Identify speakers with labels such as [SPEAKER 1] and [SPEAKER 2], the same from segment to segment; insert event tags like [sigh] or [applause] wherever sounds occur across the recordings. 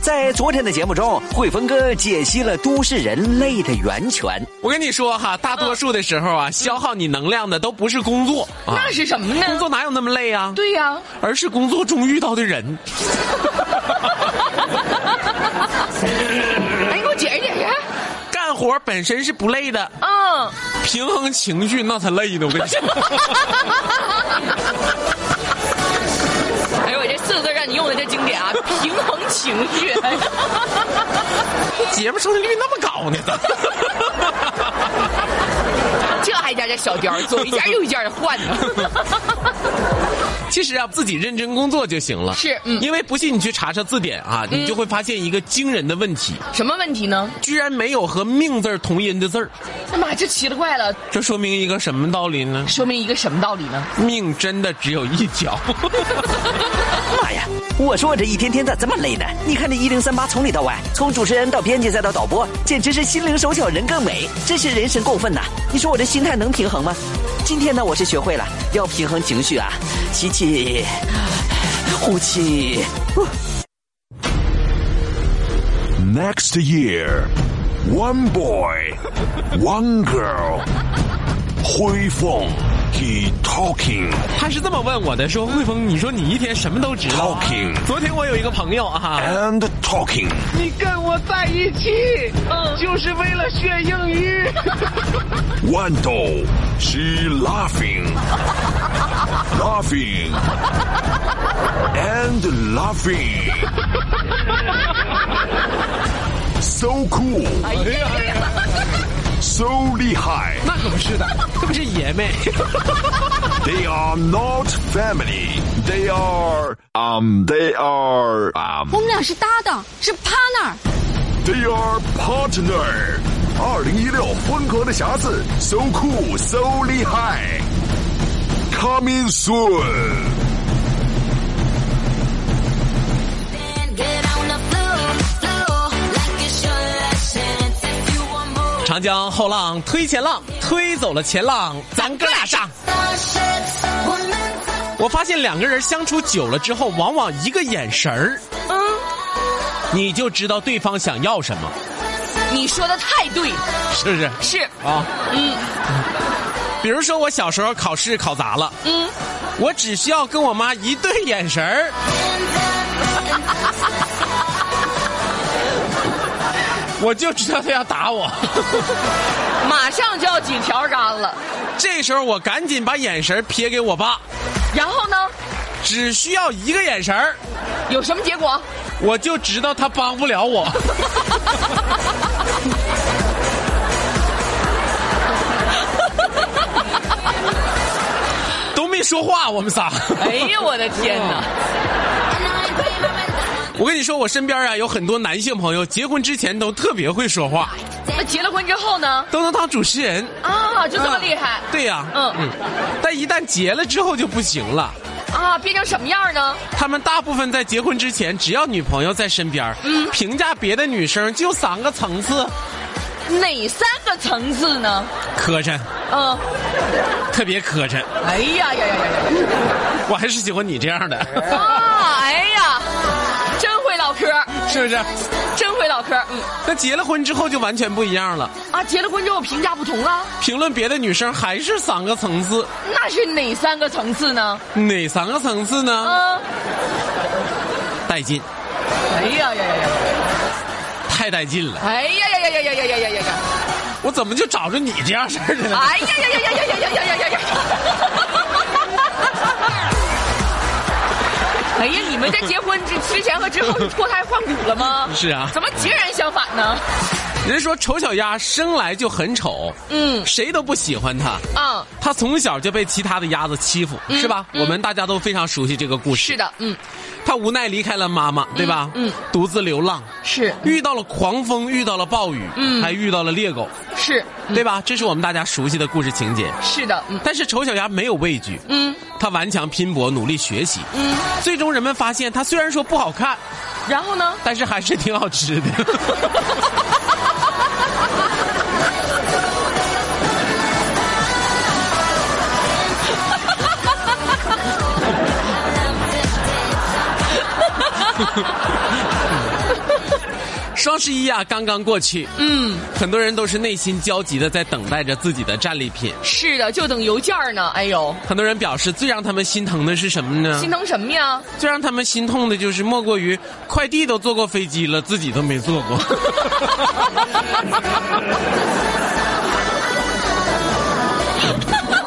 [SPEAKER 1] 在昨天的节目中，汇丰哥解析了都市人类的源泉。
[SPEAKER 2] 我跟你说
[SPEAKER 3] 嗯
[SPEAKER 2] 哈，大多数的时候啊，消耗你能量的都不是工作啊，
[SPEAKER 3] 那是什么呢？
[SPEAKER 2] 工作哪有那么累啊？
[SPEAKER 3] 对呀、
[SPEAKER 2] 而是工作中遇到的人。
[SPEAKER 3] 哎，给我解释解释。
[SPEAKER 2] 干活本身是不累的，
[SPEAKER 3] 嗯，
[SPEAKER 2] 平衡情绪那才累呢。我跟你说，
[SPEAKER 3] [laughs] 哎呦，我这四个字让你用的这经典 [laughs] 啊，平衡情绪。 [laughs]
[SPEAKER 2] 节目收视率那么高
[SPEAKER 3] [laughs]
[SPEAKER 2] 呢，怎么
[SPEAKER 3] 这还加这小貂，左一件右一件的换呢。 [laughs]
[SPEAKER 2] 其实啊，自己认真工作就行了。
[SPEAKER 3] 是嗯
[SPEAKER 2] 因为不信你去查查字典啊，你就会发现一个惊人的问题，
[SPEAKER 3] 什么问题呢？
[SPEAKER 2] 居然没有和命字儿同音的字儿。
[SPEAKER 3] 哎妈，这奇了怪了，
[SPEAKER 2] 这说明一个什么道理呢？
[SPEAKER 3] 说明一个什么道理呢？
[SPEAKER 2] 命真的只有一条。
[SPEAKER 1] 妈呀！我说我这一天天咋这么累呢？你看这一零三八从里到外，从主持人到编辑再到导播，简直是心灵手巧人更美，真是人神共愤呐！你说我这心态能平衡吗？今天呢，我是学会了要平衡情绪啊，吸气，呼气。呼
[SPEAKER 4] Next year, one boy, one girl. Hui Feng, he talking.
[SPEAKER 2] 他是这么问我的，说汇丰，你说你一天什么都知道啊、
[SPEAKER 4] Talking
[SPEAKER 2] 昨天我有一个朋友啊，
[SPEAKER 4] And talking.
[SPEAKER 5] 你跟我在一起，就是为了学英语。
[SPEAKER 4] One doll, she laughing. laughing. And laughing. so cool. so 厉害.
[SPEAKER 2] 那可不是的，特别是爷们。
[SPEAKER 4] They are not family. They are um. They are um.
[SPEAKER 6] 我们俩是搭档，是 partner。
[SPEAKER 4] They are partner. 二零一六风格的匣子，so cool, so 厉害。Coming soon.
[SPEAKER 7] Get on the floor, floor, like it's your last chance. If you want more,
[SPEAKER 2] 长江后浪推前浪，推走了前浪，咱哥俩上。
[SPEAKER 7] starships will never.
[SPEAKER 2] 我发现两个人相处久了之后，往往一个眼神儿，嗯，你就知道对方想要什么，
[SPEAKER 3] 你说的太对了，
[SPEAKER 2] 是不是？
[SPEAKER 3] 是
[SPEAKER 2] 啊，嗯。比如说我小时候考试考砸了，嗯，我只需要跟我妈一对眼神儿，我就知道他要打我。
[SPEAKER 3] 马上就要几条干了。
[SPEAKER 2] 这时候我赶紧把眼神儿瞥给我爸，
[SPEAKER 3] 然后呢，
[SPEAKER 2] 只需要一个眼神儿，
[SPEAKER 3] 有什么结果？
[SPEAKER 2] 我就知道他帮不了我。都没说话，我们仨。
[SPEAKER 3] 哎呀，我的天哪！
[SPEAKER 2] 我跟你说，我身边啊有很多男性朋友，结婚之前都特别会说话，
[SPEAKER 3] [laughs] 那结了婚之后呢？
[SPEAKER 2] 都能当主持人。
[SPEAKER 3] 啊，就这么厉害
[SPEAKER 2] 啊对呀、
[SPEAKER 3] 嗯
[SPEAKER 2] 嗯，但一旦结了之后就不行了。
[SPEAKER 3] 啊？变成什么样呢？
[SPEAKER 2] 他们大部分在结婚之前，只要女朋友在身边，
[SPEAKER 3] 嗯
[SPEAKER 2] 评价别的女生就三个层次：
[SPEAKER 3] 哪三个层次呢？
[SPEAKER 2] 磕碜，
[SPEAKER 3] 嗯，
[SPEAKER 2] 特别磕碜。
[SPEAKER 3] 哎呀呀呀呀呀！
[SPEAKER 2] 我还是喜欢你这样
[SPEAKER 3] [laughs]
[SPEAKER 2] 的，
[SPEAKER 3] 啊，哎呀，真会唠嗑，
[SPEAKER 2] 是不是？
[SPEAKER 3] 真会唠嗑。嗯，
[SPEAKER 2] 那结了婚之后就完全不一样了，
[SPEAKER 3] 啊，结了婚之后评价不同了，
[SPEAKER 2] 评论别的女生还是三个层次，
[SPEAKER 3] 那是哪三个层次呢？
[SPEAKER 2] 哪三个层次呢？
[SPEAKER 3] 啊，嗯
[SPEAKER 2] 带劲，
[SPEAKER 3] 哎呀呀呀呀！
[SPEAKER 2] 太带劲了！
[SPEAKER 3] 哎呀呀呀呀呀呀呀呀呀！
[SPEAKER 2] 我怎么就找着你这样事儿的呢？
[SPEAKER 3] 哎呀呀呀呀呀呀呀呀呀呀！哎呀，你们在结婚之之前和之后是脱胎换骨了吗？
[SPEAKER 2] 是啊
[SPEAKER 3] 怎么截然相反呢？
[SPEAKER 2] 人说丑小鸭生来就很丑，
[SPEAKER 3] 嗯
[SPEAKER 2] 谁都不喜欢它。
[SPEAKER 3] 啊，
[SPEAKER 2] 它从小就被其他的鸭子欺负，是吧？我们大家都非常熟悉这个故事。
[SPEAKER 3] 嗯是，的，嗯，
[SPEAKER 2] 它无奈离开了妈妈，对吧？
[SPEAKER 3] 嗯嗯
[SPEAKER 2] 独自流浪，
[SPEAKER 3] 是
[SPEAKER 2] 遇到了狂风，遇到了暴雨，
[SPEAKER 3] 嗯
[SPEAKER 2] 还遇到了猎狗，
[SPEAKER 3] 是
[SPEAKER 2] 对吧？这是我们大家熟悉的故事情节。
[SPEAKER 3] 是的，嗯
[SPEAKER 2] 但是丑小鸭没有畏惧，
[SPEAKER 3] 嗯
[SPEAKER 2] 它顽强拼搏，努力学习。
[SPEAKER 3] 嗯。
[SPEAKER 2] 最终人们发现，它虽然说不好看，
[SPEAKER 3] 然后呢？
[SPEAKER 2] 但是还是挺好吃的。双十一啊，刚刚过去，
[SPEAKER 3] 嗯，
[SPEAKER 2] 很多人都是内心焦急的在等待着自己的战利品。
[SPEAKER 3] 是的，就等邮件儿呢。哎呦，
[SPEAKER 2] 很多人表示，最让他们心疼的是什么呢？
[SPEAKER 3] 心疼什么呀？
[SPEAKER 2] 最让他们心痛的就是，莫过于快递都坐过飞机了，自己都没坐过。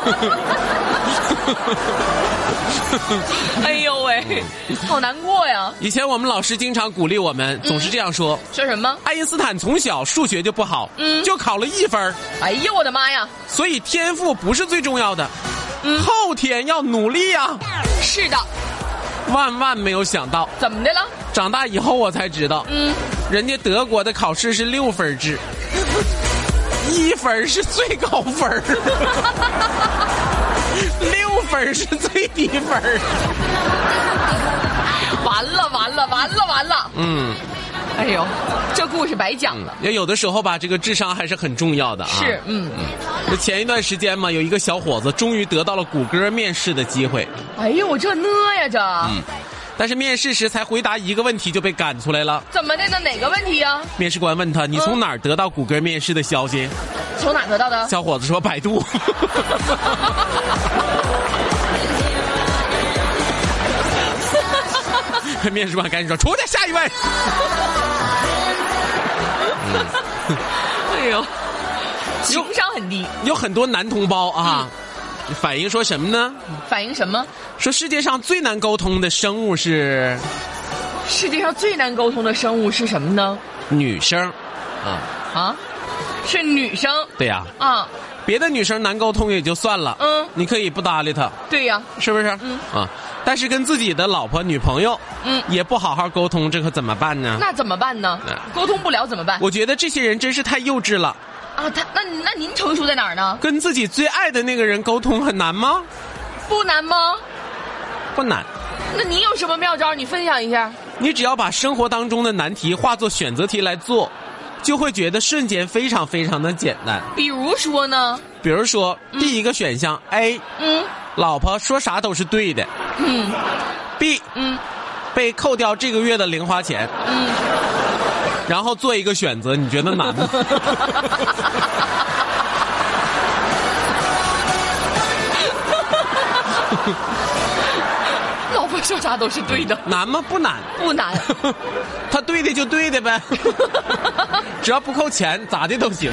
[SPEAKER 3] [laughs] 哎呦喂，好难过呀！
[SPEAKER 2] 以前我们老师经常鼓励我们，
[SPEAKER 3] 嗯
[SPEAKER 2] 总是这样说：
[SPEAKER 3] 说什么？
[SPEAKER 2] 爱因斯坦从小数学就不好，
[SPEAKER 3] 嗯
[SPEAKER 2] 就考了一分儿
[SPEAKER 3] 哎呀，我的妈呀！
[SPEAKER 2] 所以天赋不是最重要的，
[SPEAKER 3] 嗯
[SPEAKER 2] 后天要努力呀、
[SPEAKER 3] 是的，
[SPEAKER 2] 万万没有想到，
[SPEAKER 3] 怎么的了？
[SPEAKER 2] 长大以后我才知道，
[SPEAKER 3] 嗯，
[SPEAKER 2] 人家德国的考试是六分制，一分是最高分
[SPEAKER 3] [laughs]
[SPEAKER 2] 儿，六分是最低分儿。
[SPEAKER 3] 完了完了完了完了！
[SPEAKER 2] 嗯，
[SPEAKER 3] 哎呦，这故事白讲了。
[SPEAKER 2] 也有的时候吧，这个智商还是很重要的啊。
[SPEAKER 3] 是，嗯，
[SPEAKER 2] 就前一段时间嘛，有一个小伙子终于得到了谷歌面试的机会，
[SPEAKER 3] 哎呦，我这呢呀这，
[SPEAKER 2] 但是面试时才回答一个问题就被赶出来了。
[SPEAKER 3] 怎么的呢？哪个问题呀？
[SPEAKER 2] 面试官问他：“你从哪儿得到谷歌面试的消息
[SPEAKER 3] 从哪得到？”的？
[SPEAKER 2] 小伙子说：“百度。”面试官赶紧说：“出去，下一位。
[SPEAKER 3] 哎呦，情商很低，”
[SPEAKER 2] 有很多男同胞啊，反映说什么呢？
[SPEAKER 3] 反映什么？
[SPEAKER 2] 说世界上最难沟通的生物是
[SPEAKER 3] 世界上最难沟通的生物是什么呢？
[SPEAKER 2] 女生，啊，
[SPEAKER 3] 啊，是女生
[SPEAKER 2] 对呀、
[SPEAKER 3] 啊，
[SPEAKER 2] 别的女生难沟通也就算了，
[SPEAKER 3] 嗯
[SPEAKER 2] 你可以不搭理她，
[SPEAKER 3] 对呀、
[SPEAKER 2] 是不是？
[SPEAKER 3] 嗯
[SPEAKER 2] 啊，但是跟自己的老婆、女朋友，
[SPEAKER 3] 嗯
[SPEAKER 2] 也不好好沟通，这可怎么办呢？
[SPEAKER 3] 那怎么办呢
[SPEAKER 2] 嗯？
[SPEAKER 3] 沟通不了怎么办？
[SPEAKER 2] 我觉得这些人真是太幼稚了，
[SPEAKER 3] 啊，他那那您成熟在哪儿呢？
[SPEAKER 2] 跟自己最爱的那个人沟通很难吗？
[SPEAKER 3] 不难吗？
[SPEAKER 2] 不难，
[SPEAKER 3] 那你有什么妙招？你分享一下。
[SPEAKER 2] 你只要把生活当中的难题化作选择题来做，就会觉得瞬间非常非常的简单。
[SPEAKER 3] 比如说呢？
[SPEAKER 2] 比如说，第一个选项 A，
[SPEAKER 3] 嗯
[SPEAKER 2] 老婆说啥都是对的
[SPEAKER 3] 嗯
[SPEAKER 2] ；B，
[SPEAKER 3] 嗯
[SPEAKER 2] 被扣掉这个月的零花钱，
[SPEAKER 3] 嗯，
[SPEAKER 2] 然后做一个选择，你觉得难
[SPEAKER 3] [laughs]
[SPEAKER 2] 吗？
[SPEAKER 3] [laughs] 老婆说啥都是对 [laughs] 的，
[SPEAKER 2] 难吗？不难，
[SPEAKER 3] 不难。
[SPEAKER 2] 他对的就对的
[SPEAKER 3] [laughs]
[SPEAKER 2] 呗，只要不扣钱，咋的都行。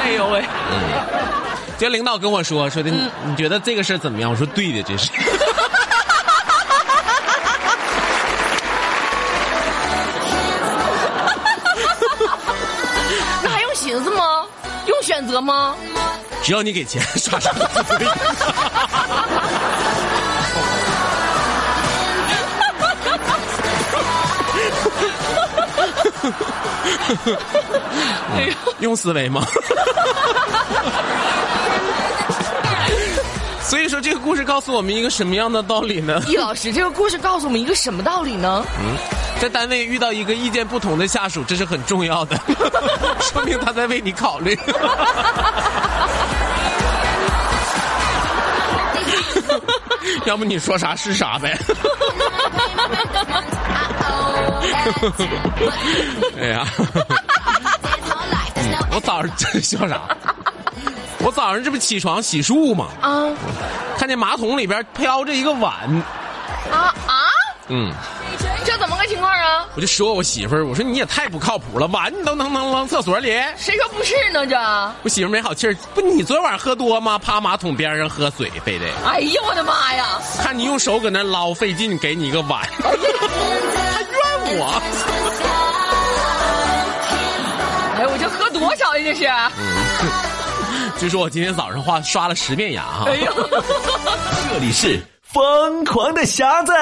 [SPEAKER 3] 哎呦喂，嗯
[SPEAKER 2] 今嗯天领导跟我说，说的、你你觉得这个事儿怎么样？我说对的，这是。
[SPEAKER 3] 那还用寻思 [laughs] 吗？用选择吗？
[SPEAKER 2] 只要你给钱， [laughs] 啥啥都可以。
[SPEAKER 3] 哎呦，
[SPEAKER 2] 用思维吗？ [laughs] 所以说，这个故事告诉我们一个什么样的道理呢？
[SPEAKER 3] 易老师，这个故事告诉我们一个什么道理呢？
[SPEAKER 2] 在单位遇到一个意见不同的下属，这是很重要的， [laughs] 说明他在为你考虑。 [laughs] 要不你说啥是啥呗。 [laughs] 哎呀，我早上这笑啥？我早上这不起床洗漱嘛，
[SPEAKER 3] 啊
[SPEAKER 2] 看见马桶里边飘着一个碗，
[SPEAKER 3] 啊啊！
[SPEAKER 2] 嗯，
[SPEAKER 3] 这怎么个情况啊？
[SPEAKER 2] 我就说我媳妇儿，我说你也太不靠谱了，碗你都能能扔厕所里。
[SPEAKER 3] 谁说不是呢？这，
[SPEAKER 2] 我媳妇儿没好气儿，不，你昨晚喝多吗？趴马桶边上喝水，非得
[SPEAKER 3] 哎呀，我的妈呀！
[SPEAKER 2] 看你用手搁那捞费劲，给你一个碗，还怨我。
[SPEAKER 3] 哎呦，我这喝多少呀？这是，
[SPEAKER 2] 据说我今天早上话刷了十遍牙哈。
[SPEAKER 3] 哎呦。
[SPEAKER 1] 这里是疯狂的匣子。